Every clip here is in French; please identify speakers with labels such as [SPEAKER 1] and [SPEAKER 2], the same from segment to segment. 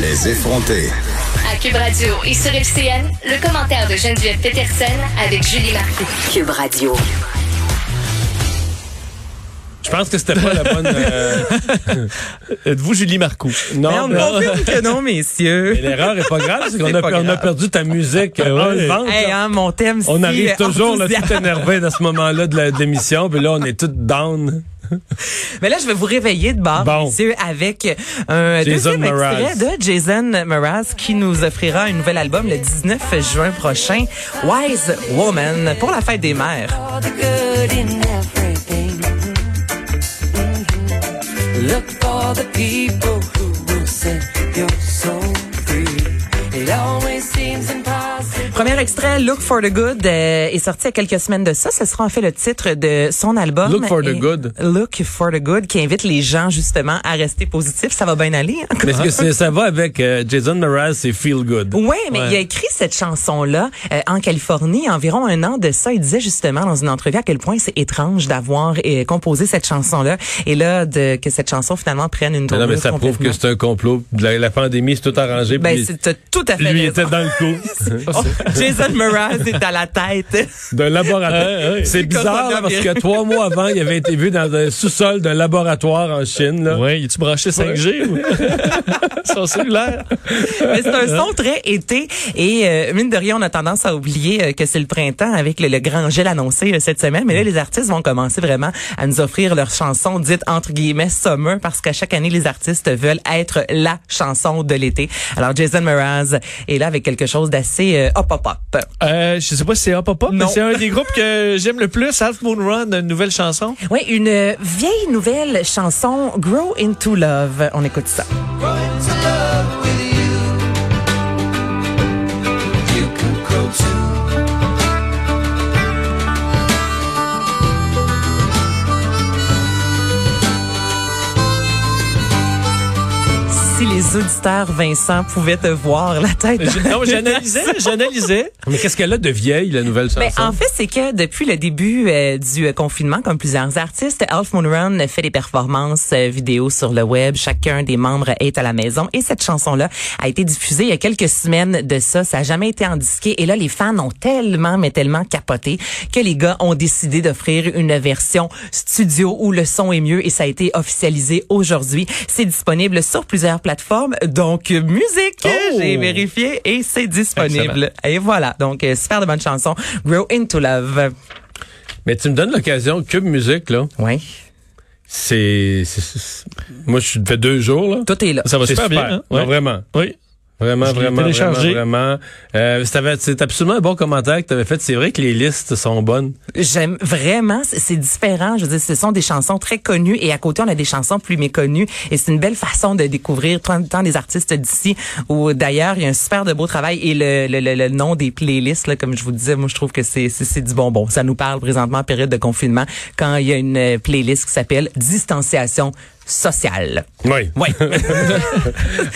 [SPEAKER 1] Les effrontés.
[SPEAKER 2] À Cube Radio et sur LCN, le commentaire de Geneviève Peterson avec Julie Marcoux.
[SPEAKER 3] Cube Radio.
[SPEAKER 4] Je pense que c'était pas la bonne. euh,
[SPEAKER 5] Êtes-vous Julie Marcoux?
[SPEAKER 4] Non,
[SPEAKER 6] Merde,
[SPEAKER 4] non.
[SPEAKER 6] confirme que non, messieurs.
[SPEAKER 4] Mais L'erreur est pas grave, c'est qu'on
[SPEAKER 6] C'est
[SPEAKER 4] a,
[SPEAKER 6] pas
[SPEAKER 4] on a
[SPEAKER 6] grave.
[SPEAKER 4] perdu ta musique euh,
[SPEAKER 5] Ouais.
[SPEAKER 4] en levant.
[SPEAKER 6] Hey, hein, mon thème,
[SPEAKER 4] On
[SPEAKER 6] si euh,
[SPEAKER 4] arrive toujours là,
[SPEAKER 6] enthousiaste.
[SPEAKER 4] tout énervé dans ce moment-là de la- de l'émission, puis là on est tout down.
[SPEAKER 6] Mais là, je vais vous réveiller de bord,
[SPEAKER 4] Bon.
[SPEAKER 6] messieurs, avec un
[SPEAKER 4] Jason
[SPEAKER 6] deuxième
[SPEAKER 4] Mraz.
[SPEAKER 6] extrait de Jason Mraz qui nous offrira un nouvel album le 19 juin prochain, Wise Woman, pour la fête des mères.
[SPEAKER 7] all the good in everything. Mhm. Look for the people who will set your soul free. It always seems impossible.
[SPEAKER 6] Premier extrait, Look for the Good, euh, est sorti il y a quelques semaines de ça. Ce sera en fait le titre de son album.
[SPEAKER 4] Look for the
[SPEAKER 6] Et-
[SPEAKER 4] Good.
[SPEAKER 6] Look for the Good, qui invite les gens justement à rester positifs. Ça va bien aller. hein?
[SPEAKER 4] Mais est-ce que c'est- ça va avec euh, Jason Mraz, c'est Feel Good?
[SPEAKER 6] Ouais, mais
[SPEAKER 4] Ouais.
[SPEAKER 6] il a écrit cette chanson-là euh, en Californie, environ un an de ça. Il disait justement dans une entrevue à quel point c'est étrange d'avoir euh, composé cette chanson-là et là de, que cette chanson finalement prenne
[SPEAKER 4] Mais
[SPEAKER 6] une
[SPEAKER 4] non,
[SPEAKER 6] tournure
[SPEAKER 4] mais ça prouve que
[SPEAKER 6] complètement-
[SPEAKER 4] c'est un complot. La, la pandémie, c'est tout arrangé.
[SPEAKER 6] ben,
[SPEAKER 4] puis
[SPEAKER 6] c'est t'as tout à fait
[SPEAKER 4] lui
[SPEAKER 6] raison. Oh,
[SPEAKER 4] était dans le coup
[SPEAKER 6] Jason Mraz est à la tête.
[SPEAKER 4] d'un laboratoire. C'est bizarre là, parce que trois mois avant, il avait été vu dans un sous-sol d'un laboratoire en Chine. Là.
[SPEAKER 5] Ouais, es-tu branché 5G ou son cellulaire?
[SPEAKER 6] Mais c'est un
[SPEAKER 5] Hein?
[SPEAKER 6] son très été et euh, mine de rien, on a tendance à oublier euh, que c'est le printemps avec le, le grand gel annoncé euh, cette semaine. Mais là, les artistes vont commencer vraiment à nous offrir leurs chansons dites entre guillemets summer parce qu'à chaque année, les artistes veulent être la chanson de l'été. Alors Jason Mraz est là avec quelque chose d'assez euh, hop hop hop.
[SPEAKER 5] Euh, je sais pas si c'est Hop Hop Hop, mais
[SPEAKER 6] Non.
[SPEAKER 5] c'est un des groupes que j'aime le plus, Half Moon Run, une nouvelle chanson.
[SPEAKER 6] Oui, une euh, vieille nouvelle chanson Grow into Love. On écoute ça.
[SPEAKER 7] Grow into love with you. You can grow too.
[SPEAKER 6] Si les auditeurs Vincent pouvaient te voir la tête.
[SPEAKER 5] Je- Non, mais j'analysais, j'analysais.
[SPEAKER 4] Mais qu'est-ce qu'elle a de vieille, la nouvelle chanson?
[SPEAKER 6] Ben, en fait, c'est que depuis le début euh, du euh, confinement, comme plusieurs artistes, Half Moon Run fait des performances euh, vidéo sur le web. Chacun des membres est à la maison. Et cette chanson-là a été diffusée il y a quelques semaines de ça. Ça a jamais été en disqué. Et là, les fans ont tellement, mais tellement capoté que les gars ont décidé d'offrir une version studio où le son est mieux. Et ça a été officialisé aujourd'hui. C'est disponible sur plusieurs plateformes. Donc, musique, j'ai vérifié et c'est disponible. Et voilà. Donc, euh, super de bonne chanson. Grow into love.
[SPEAKER 4] Mais tu me donnes l'occasion, Cube Musique, là,
[SPEAKER 6] Oui.
[SPEAKER 4] c'est... c'est- c'est- Moi, je suis fait deux jours, là.
[SPEAKER 6] Tout est là.
[SPEAKER 5] Ça va
[SPEAKER 4] C'est
[SPEAKER 5] super, bien. Hein?
[SPEAKER 4] Non,
[SPEAKER 5] Ouais.
[SPEAKER 4] vraiment.
[SPEAKER 5] Oui.
[SPEAKER 4] Vraiment,
[SPEAKER 5] Je l'ai
[SPEAKER 4] vraiment,
[SPEAKER 5] téléchargé.
[SPEAKER 4] vraiment, vraiment. Euh, c'était- c'est absolument un bon commentaire que tu avais fait. C'est vrai que les listes sont bonnes.
[SPEAKER 6] J'aime vraiment, c'est- c'est différent. Je veux dire, ce sont des chansons très connues et à côté, on a des chansons plus méconnues. Et c'est une belle façon de découvrir tant, tant des artistes d'ici ou d'ailleurs. Il y a un super de beau travail et le, le, le- le nom des playlists, là, comme je vous le disais, moi, je trouve que c'est c'est- c'est du bonbon. Ça nous parle présentement en période de confinement quand il y a une euh, playlist qui s'appelle Distanciation sociale.
[SPEAKER 4] Oui.
[SPEAKER 6] Ouais.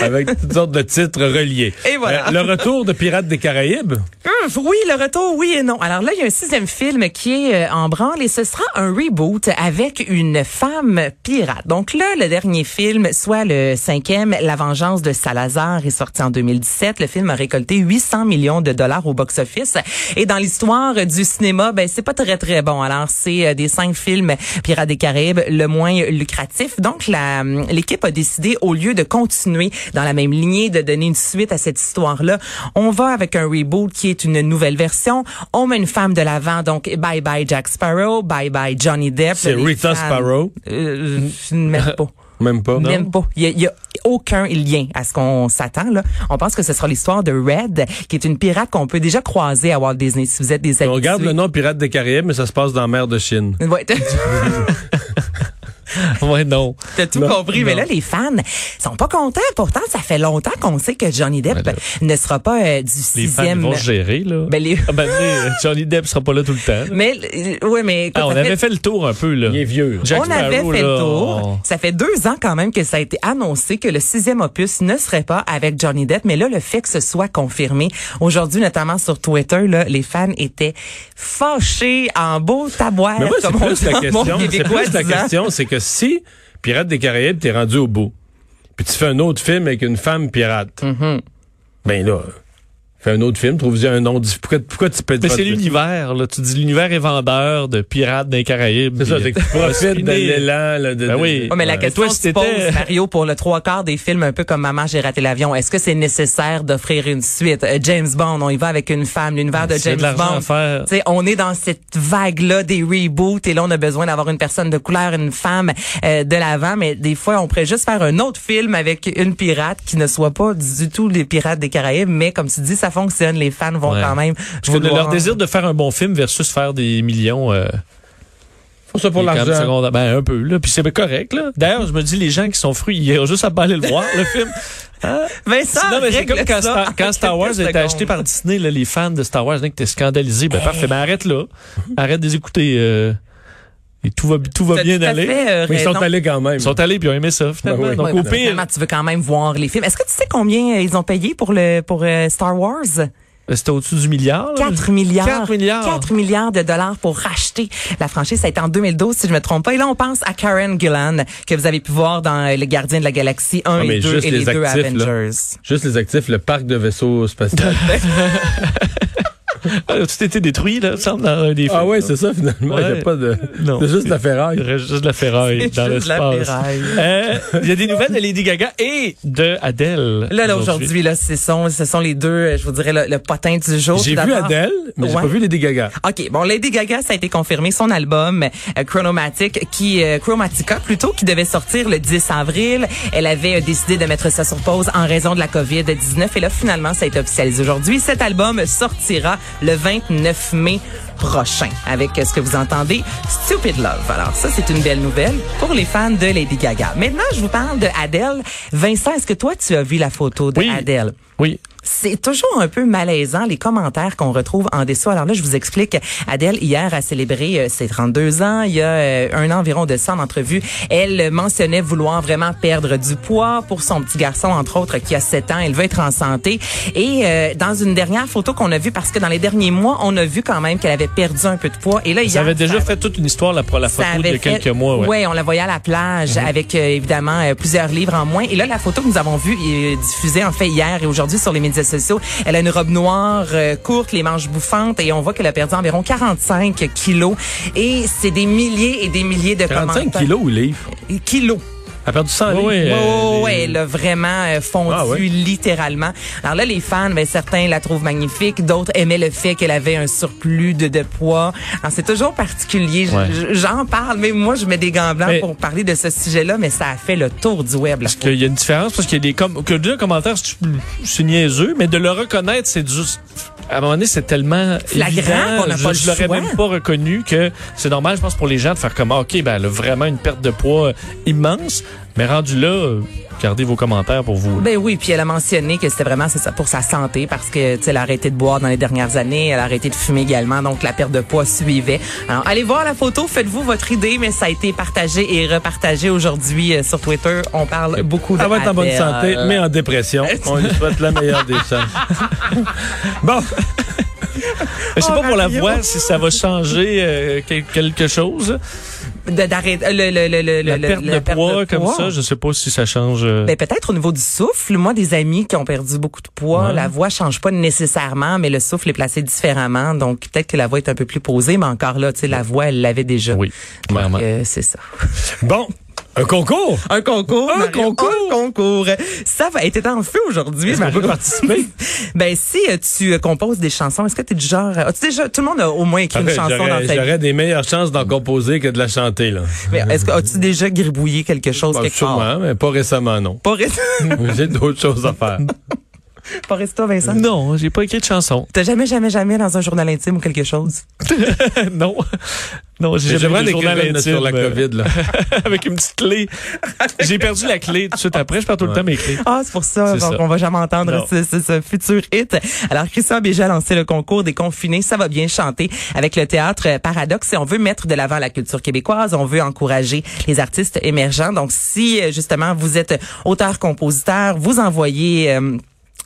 [SPEAKER 4] Avec toutes sortes de titres reliés. Euh,
[SPEAKER 6] Et voilà.
[SPEAKER 4] le retour de Pirates des Caraïbes.
[SPEAKER 6] Ouf, oui, le retour, oui et non. Alors là, il y a un sixième film qui est euh, en branle et ce sera un reboot avec une femme pirate. Donc là, le dernier film, soit le cinquième, La vengeance de Salazar est sorti en 2017. Le film a récolté 800 millions de dollars au box-office. Et dans l'histoire euh, du cinéma, ben c'est pas très très bon. Alors c'est euh, des cinq films Pirates des Caraïbes le moins lucratif. Donc la hum, l'équipe a décidé au lieu de continuer dans la même lignée de donner une suite à cette histoire-là, on va avec un reboot qui est une nouvelle version. On met une femme de l'avant donc bye bye Jack Sparrow, bye bye Johnny Depp.
[SPEAKER 4] C'est
[SPEAKER 6] Les
[SPEAKER 4] Rita
[SPEAKER 6] fans-
[SPEAKER 4] Sparrow.
[SPEAKER 6] Euh, je ne m'aime pas.
[SPEAKER 4] Même pas.
[SPEAKER 6] Même pas. Il y a, il y a aucun lien à ce qu'on s'attend là. On pense que ce sera l'histoire de Red, qui est une pirate qu'on peut déjà croiser à Walt Disney. Si vous êtes des
[SPEAKER 4] On regarde
[SPEAKER 6] habitués.
[SPEAKER 4] le nom Pirates des Caraïbes, mais ça se passe dans la mer de Chine.
[SPEAKER 6] Ouais, t'as-
[SPEAKER 5] Ouais, non.
[SPEAKER 6] t'as tout compris. Mais là, les fans sont pas contents. Pourtant, ça fait longtemps qu'on sait que Johnny Depp ne sera pas euh, du
[SPEAKER 5] Les fans
[SPEAKER 6] sixième.
[SPEAKER 5] vont se gérer, là.
[SPEAKER 6] Ben, les-
[SPEAKER 5] Ah, ben, euh, Johnny Depp sera pas là tout le temps.
[SPEAKER 6] mais euh, ouais, mais écoute,
[SPEAKER 5] Ah, on
[SPEAKER 6] ça fait-
[SPEAKER 5] avait fait le tour un peu, là.
[SPEAKER 4] Il est vieux.
[SPEAKER 5] Jack
[SPEAKER 6] on avait
[SPEAKER 5] Sparrow,
[SPEAKER 6] fait le
[SPEAKER 5] là,
[SPEAKER 6] tour.
[SPEAKER 5] on-
[SPEAKER 6] Ça fait deux ans quand même que ça a été annoncé que le sixième opus ne serait pas avec Johnny Depp, mais là, le fait que ce soit confirmé, aujourd'hui, notamment sur Twitter, là, les fans étaient fâchés en beau tabouère.
[SPEAKER 4] Mais moi, c'est
[SPEAKER 6] comme on
[SPEAKER 4] plus
[SPEAKER 6] dit
[SPEAKER 4] la
[SPEAKER 6] en bon
[SPEAKER 4] question. C'est
[SPEAKER 6] québécois
[SPEAKER 4] plus la
[SPEAKER 6] disant.
[SPEAKER 4] question, c'est que si Pirates des Caraïbes, t'es rendu au bout. puis tu fais un autre film avec une femme pirate. Ben là, fais un autre film, trouve-y un nom. diff- Pourquoi, pourquoi tu peux
[SPEAKER 5] Mais c'est l'univers, là. Tu dis l'univers est vendeur de pirates des Caraïbes.
[SPEAKER 4] C'est ça,
[SPEAKER 5] puis-
[SPEAKER 4] c'est
[SPEAKER 5] euh,
[SPEAKER 4] que tu profites de
[SPEAKER 5] Spinner.
[SPEAKER 4] l'élan. là, de-
[SPEAKER 5] Ben
[SPEAKER 4] de-
[SPEAKER 5] oui.
[SPEAKER 6] Ouais, Oh, mais la
[SPEAKER 5] Ouais.
[SPEAKER 6] question
[SPEAKER 5] Toi,
[SPEAKER 6] que
[SPEAKER 5] si
[SPEAKER 6] tu
[SPEAKER 5] t'étais-
[SPEAKER 6] poses, Mario, pour le trois quarts des films, un peu comme Maman, j'ai raté l'avion, est-ce que c'est nécessaire d'offrir une suite? Euh, James Bond, on y va avec une femme, l'univers de
[SPEAKER 5] S'il y a
[SPEAKER 6] James
[SPEAKER 5] de l'argent
[SPEAKER 6] Bond.
[SPEAKER 5] à faire.
[SPEAKER 6] Tu sais, on est dans cette vague-là des reboots et là, on a besoin d'avoir une personne de couleur, une femme euh, de l'avant, mais des fois, on pourrait juste faire un autre film avec une pirate qui ne soit pas du tout les pirates des Caraïbes, mais comme tu dis, ça fonctionne, les fans vont
[SPEAKER 5] Ouais.
[SPEAKER 6] quand même
[SPEAKER 5] Parce que
[SPEAKER 6] vouloir-
[SPEAKER 5] leur désir de faire un bon film versus faire des millions. euh,
[SPEAKER 4] Faut ça pour
[SPEAKER 5] est quand même
[SPEAKER 4] l'argent.
[SPEAKER 5] secondaire. Ben, un peu, là. Puis c'est bien correct, là. D'ailleurs, je me dis, les gens qui sont fruits, ils ont juste à pas aller le voir, le film. Hein?
[SPEAKER 6] Vincent,
[SPEAKER 5] non, mais c'est
[SPEAKER 6] règle
[SPEAKER 5] comme quand,
[SPEAKER 6] ça
[SPEAKER 5] Star,
[SPEAKER 6] en
[SPEAKER 5] quand Star
[SPEAKER 6] quelques
[SPEAKER 5] Wars a été
[SPEAKER 6] secondes.
[SPEAKER 5] acheté par Disney, là, les fans de Star Wars, là, que t'es scandalisé. Ben, parfait. Ben, arrête là. Arrête de les écouter. euh, et tout va, tout va
[SPEAKER 6] T'as
[SPEAKER 5] bien
[SPEAKER 6] tout à
[SPEAKER 5] aller.
[SPEAKER 6] fait, euh,
[SPEAKER 4] Mais ils sont
[SPEAKER 6] raison.
[SPEAKER 4] allés quand même.
[SPEAKER 5] Ils sont allés puis ils ont aimé ça, finalement.
[SPEAKER 4] Ben oui.
[SPEAKER 5] Donc,
[SPEAKER 6] Ouais,
[SPEAKER 5] au
[SPEAKER 6] parce que
[SPEAKER 5] pire,
[SPEAKER 6] finalement, tu veux quand même voir les films. Est-ce que tu sais combien euh, ils ont payé pour le pour euh, Star Wars?
[SPEAKER 5] ben, c'était au-dessus du milliard. là.
[SPEAKER 6] 4 milliards.
[SPEAKER 5] 4 milliards.
[SPEAKER 6] 4 milliards de dollars pour racheter la franchise. Ça a été en 2012, si je me trompe pas. Et là, on pense à Karen Gillan, que vous avez pu voir dans euh, Les Gardiens de la Galaxie 1
[SPEAKER 4] Ah, mais
[SPEAKER 6] et 2
[SPEAKER 4] juste
[SPEAKER 6] et
[SPEAKER 4] les
[SPEAKER 6] les, deux
[SPEAKER 4] actifs, là.
[SPEAKER 6] Avengers.
[SPEAKER 4] Juste les actifs, le parc de vaisseaux spatiaux.
[SPEAKER 5] Ah, Tout était détruit, là, semble, dans un des films.
[SPEAKER 4] ah ouais, c'est ça finalement. Il y
[SPEAKER 5] Ouais.
[SPEAKER 4] a pas de.
[SPEAKER 5] Non.
[SPEAKER 4] C'est juste de la
[SPEAKER 5] Il
[SPEAKER 4] ferraille.
[SPEAKER 5] reste juste de la ferraille
[SPEAKER 6] C'est
[SPEAKER 5] dans
[SPEAKER 6] juste de la
[SPEAKER 5] l'espace.
[SPEAKER 6] ferraille.
[SPEAKER 5] Euh, Il y a des nouvelles de Lady Gaga et de Adele.
[SPEAKER 6] Là, là, aujourd'hui, là, ce sont, ce sont les deux, euh, je vous dirais, le, le potin du jour.
[SPEAKER 4] J'ai
[SPEAKER 6] Tout
[SPEAKER 4] vu
[SPEAKER 6] d'abord-
[SPEAKER 4] Adèle, mais j'ai
[SPEAKER 6] Ouais.
[SPEAKER 4] pas vu les Gaga.
[SPEAKER 6] OK, bon, Lady Gaga, ça a été confirmé, son album euh, Chronomatic, qui, euh, Chromatica plutôt, qui devait sortir le 10 avril. Elle avait euh, décidé de mettre ça sur pause en raison de la COVID-19. Et là, finalement, ça a été officialisé aujourd'hui. Cet album sortira le 29 mai prochain avec euh, ce que vous entendez, Stupid Love. Alors ça, c'est une belle nouvelle pour les fans de Lady Gaga. Maintenant, je vous parle de Adele. Vincent, est-ce que toi, tu as vu la photo de
[SPEAKER 5] Oui.
[SPEAKER 6] Adele?
[SPEAKER 5] Oui.
[SPEAKER 6] C'est toujours un peu malaisant les commentaires qu'on retrouve en dessous. Alors là, je vous explique. Adèle, hier, a célébré euh, ses 32 ans. Il y a euh, un an environ de ça en entrevue. Elle euh, mentionnait vouloir vraiment perdre du poids pour son petit garçon, entre autres, qui a 7 ans. Elle veut être en santé. Et euh, dans une dernière photo qu'on a vue, parce que dans les derniers mois, on a vu quand même qu'elle avait perdu un peu de poids. Et là,
[SPEAKER 5] Ça
[SPEAKER 6] hier,
[SPEAKER 5] avait déjà
[SPEAKER 6] ça-
[SPEAKER 5] fait toute une histoire, là, pour la
[SPEAKER 6] ça
[SPEAKER 5] photo, il y a
[SPEAKER 6] avait fait-
[SPEAKER 5] quelques mois. Ouais. Mm-hmm.
[SPEAKER 6] Ouais, on la voyait à la plage avec euh, évidemment euh, plusieurs livres en moins. Et là, la photo que nous avons vue est euh, diffusée en fait hier et aujourd'hui sur les médias sociaux. Elle a une robe noire euh, courte, les manches bouffantes et on voit qu'elle a perdu environ 45 kilos. Et c'est des milliers et des milliers de
[SPEAKER 4] 45
[SPEAKER 6] commentaires.
[SPEAKER 4] kilos ou livres.
[SPEAKER 6] Kilos.
[SPEAKER 4] Elle a perdu 100
[SPEAKER 5] Ouais,
[SPEAKER 4] livres.
[SPEAKER 5] ouais, euh,
[SPEAKER 6] Oh,
[SPEAKER 5] les-
[SPEAKER 6] ouais, elle a vraiment euh, fondu
[SPEAKER 4] Ah ouais.
[SPEAKER 6] littéralement. Alors là, les fans, ben, certains la trouvent magnifique, d'autres aimaient le fait qu'elle avait un surplus de, de poids. Alors, c'est toujours particulier. J-
[SPEAKER 5] Ouais.
[SPEAKER 6] j- J'en parle, mais moi, je mets des gants blancs
[SPEAKER 5] Mais-
[SPEAKER 6] pour parler de ce sujet-là, mais ça a fait le tour du web. là.
[SPEAKER 5] Parce qu'il y a une différence, parce qu'il y a des com que deux commentaires, c'est- c'est niaiseux, mais de le reconnaître, c'est juste. À un moment donné, c'est tellement
[SPEAKER 6] Flagrant
[SPEAKER 5] évident,
[SPEAKER 6] qu'on n'a
[SPEAKER 5] je-
[SPEAKER 6] pas le
[SPEAKER 5] Je l'aurais
[SPEAKER 6] choix.
[SPEAKER 5] même pas reconnu que c'est normal, je pense, pour les gens de faire comme, ah, ok, ben, elle a vraiment une perte de poids euh, immense, mais rendu là, euh, gardez vos commentaires pour vous. là.
[SPEAKER 6] Ben oui, puis elle a mentionné que c'était vraiment c'est ça, pour sa santé parce que tu sais, elle a arrêté de boire dans les dernières années, elle a arrêté de fumer également, donc la perte de poids suivait. Alors allez voir la photo, faites-vous votre idée, mais ça a été partagé et repartagé aujourd'hui euh, sur Twitter. On parle beaucoup de euh,
[SPEAKER 4] Elle va être en Ah bonne
[SPEAKER 6] Adele.
[SPEAKER 4] santé, mais en dépression. On lui souhaite la meilleure des chances. Bon,
[SPEAKER 5] Je sais
[SPEAKER 6] Oh,
[SPEAKER 5] pas pour la
[SPEAKER 6] Mario.
[SPEAKER 5] voix si ça va changer euh, quel- quelque chose.
[SPEAKER 6] de- d'arrêter le, le, le, le,
[SPEAKER 5] La
[SPEAKER 6] le-
[SPEAKER 5] perte
[SPEAKER 6] la
[SPEAKER 5] de poids comme ça, je sais pas si ça change. euh,
[SPEAKER 6] Ben, peut-être au niveau du souffle. Moi, des amis qui ont perdu beaucoup de poids, la voix change pas nécessairement, mais le souffle est placé différemment. Donc, peut-être que la voix est un peu plus posée, mais encore là, tu sais, la voix, elle l'avait déjà.
[SPEAKER 5] Oui,
[SPEAKER 6] Donc,
[SPEAKER 5] clairement.
[SPEAKER 6] euh, c'est ça.
[SPEAKER 4] bon, un concours.
[SPEAKER 6] Un concours.
[SPEAKER 4] Un
[SPEAKER 6] Mario,
[SPEAKER 4] concours?
[SPEAKER 6] Un concours. Ça va être en feu aujourd'hui.
[SPEAKER 4] Est-ce qu'on
[SPEAKER 6] Mario.
[SPEAKER 4] peut participer?
[SPEAKER 6] ben, si euh, tu euh, composes des chansons, est-ce que t'es du genre, euh, as-tu déjà, tout le monde a au moins écrit une
[SPEAKER 4] Après,
[SPEAKER 6] chanson
[SPEAKER 4] Ah, ben, J'aurais
[SPEAKER 6] dans sa vie.
[SPEAKER 4] j'aurais des meilleures chances d'en composer que de la chanter. Là.
[SPEAKER 6] Mais est-ce que, as-tu déjà gribouillé quelque chose
[SPEAKER 4] Pas
[SPEAKER 6] quelque part?
[SPEAKER 4] Ben, sûrement, mais pas récemment, non.
[SPEAKER 6] Pas reste,
[SPEAKER 4] J'ai d'autres choses à faire.
[SPEAKER 6] pas reste toi, Vincent.
[SPEAKER 5] Non, j'ai pas écrit de chanson.
[SPEAKER 6] T'as jamais, jamais, jamais dans un journal intime ou quelque chose?
[SPEAKER 5] non. Non, j'ai
[SPEAKER 4] J'ai
[SPEAKER 5] jamais
[SPEAKER 4] vraiment des
[SPEAKER 5] eu de
[SPEAKER 4] crevines
[SPEAKER 5] journal
[SPEAKER 4] sur la
[SPEAKER 5] intime, euh,
[SPEAKER 4] COVID. Là.
[SPEAKER 5] avec une petite clé. J'ai perdu la clé tout de suite après. Je perds tout le temps mes clés.
[SPEAKER 6] Ah, c'est pour ça
[SPEAKER 5] C'est ça.
[SPEAKER 6] qu'on on va jamais entendre
[SPEAKER 5] Non.
[SPEAKER 6] ce, ce- ce futur hit. Alors, Christian Béja a lancé le concours des confinés. Ça va bien chanter avec le théâtre euh, Paradoxe. Et on veut mettre de l'avant la culture québécoise. On veut encourager les artistes émergents. Donc, si, euh, justement, vous êtes auteur-compositeur, vous envoyez... euh,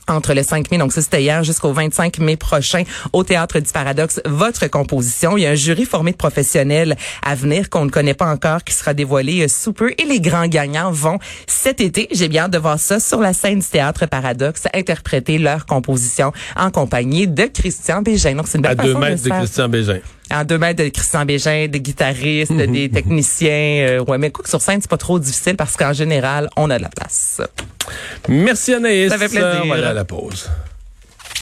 [SPEAKER 6] entre le 5 mai, donc ça c'était hier, jusqu'au 25 mai prochain au Théâtre du Paradoxe, votre composition. Il y a un jury formé de professionnels à venir qu'on ne connaît pas encore qui sera dévoilé euh, sous peu et les grands gagnants vont cet été, j'ai bien hâte de voir ça, sur la scène du Théâtre Paradoxe, interpréter leur composition en compagnie de Christian Bégin. Donc c'est une belle
[SPEAKER 4] À deux
[SPEAKER 6] façon de
[SPEAKER 4] mètres
[SPEAKER 6] se
[SPEAKER 4] de
[SPEAKER 6] faire
[SPEAKER 4] Christian Bégin.
[SPEAKER 6] en deux mètres de Christian Bégin, des guitaristes,
[SPEAKER 4] Mhm.
[SPEAKER 6] des techniciens. euh, ouais, mais quoi que sur scène, c'est pas trop difficile parce qu'en général, on a de la place.
[SPEAKER 4] Merci Anaïs.
[SPEAKER 6] Ça fait plaisir.
[SPEAKER 4] On va aller à la pause.